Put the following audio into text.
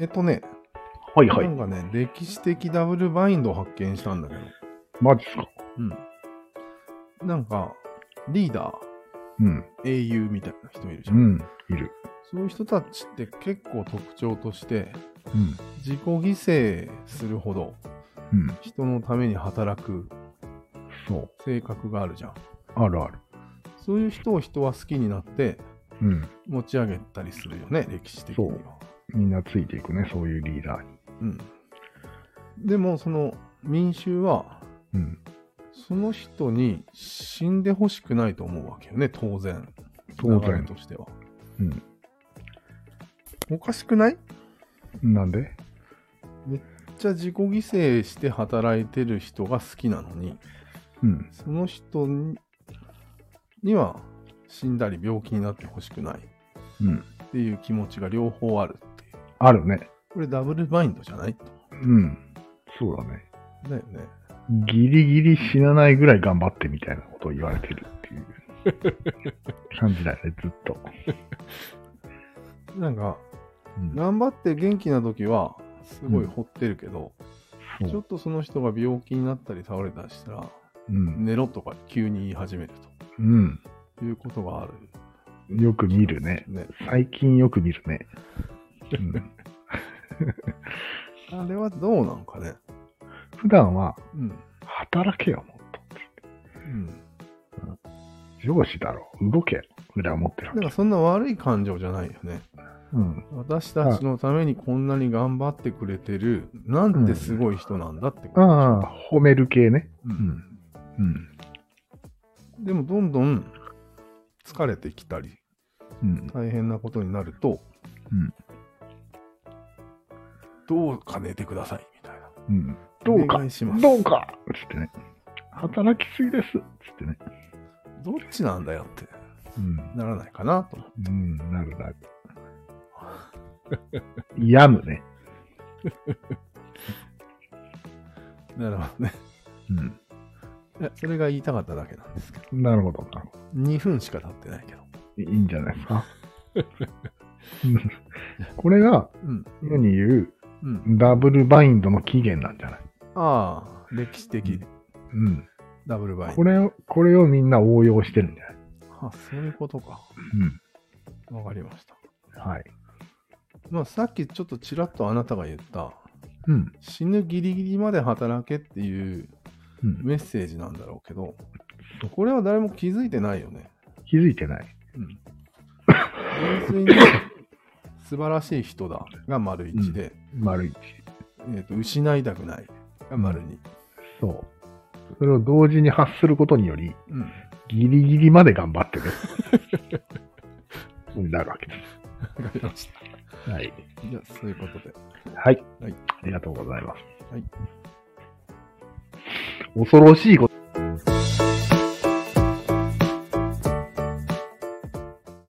えっとね、はいは。ないんかね、歴史的ダブルバインドを発見したんだけど、マジっすか。うん。なんか、リーダー、うん。英雄みたいな人いるじゃ。うんん。いる。そういう人たちって結構特徴として、うん。自己犠牲するほどうん。人のために働くそう。性格があるじゃん。あるある。そういう人を人は好きになってうん。持ち上げたりするよね、歴史的には。みんなついていくね、そういうリーダーに。うん。でも、その民衆は、うん。その人に死んでほしくないと思うわけよね、当然。当流れ然。としては。うん。おかしくないなんでじゃあ自己犠牲して働いてる人が好きなのに、うん。その人にには死んだり病気になってほしくないっうん。ていう気持ちが両方あるっていう。あるね。これダブルバインドじゃないうん。そうだね。だよね。ギリギリ死なないぐらい頑張ってみたいなことを言われてるっていう 感じだよね、ずっと。なんか、うん頑張って元気な時は、すごい掘ってるけど、ちそょうっとその人が病気になったり倒れたりしたら、うん。寝ろとか急に言い始めるうん。ということがある。よく見るね。ね。最近よく見るね。 うん、あれはどうなんかね。普段は、うん。働けよ、もっうん。と。上司だろ、動け、ぐらい思ってるわだかけ。らそんな悪い感情じゃないよね。うん。私たちのためにこんなに頑張ってくれてる、なんてすごい人なんだってことでしょああ、褒める系ね。うんうん。でもどんどん疲れてきたり、うん。大変なことになると、うんどうか寝てくださいみたいな。うん。どうおか願いしますどうかつってね。働きすぎです。つってね。どっちなんだよってうん。ならないかなと思うん、なるな る。病むね。う。なるほどね。うん。いやそれが言いたかっただけなんですけど。なるほど、なるほ2分しか経ってないけど。ど。いいいんじゃないですか。うんこれが、うん。世に言うん。う、ダブルバインドの起源なんじゃないああ、歴史的うん。ダブルバインドこ。れを、これをみんな応用してるんじゃないあ、そういうことか。わかりました。うん。はい。まあさっきちょっとちらっとあなたが言った、うん。死ぬギリギリまで働けっていううん。メッセージなんだろうけど、これは誰も気づいてないよね。気づいてない。うん。純粋に素晴らしい人だが丸1で、丸一。えー、と失いたくないが丸2。そう。それを同時に発することにより、うん。ギリギリまで頑張ってね。になるわけでわかりました。す。はい。じゃあそういうことで。はい。はいありがとうございます。はい恐ろしいこと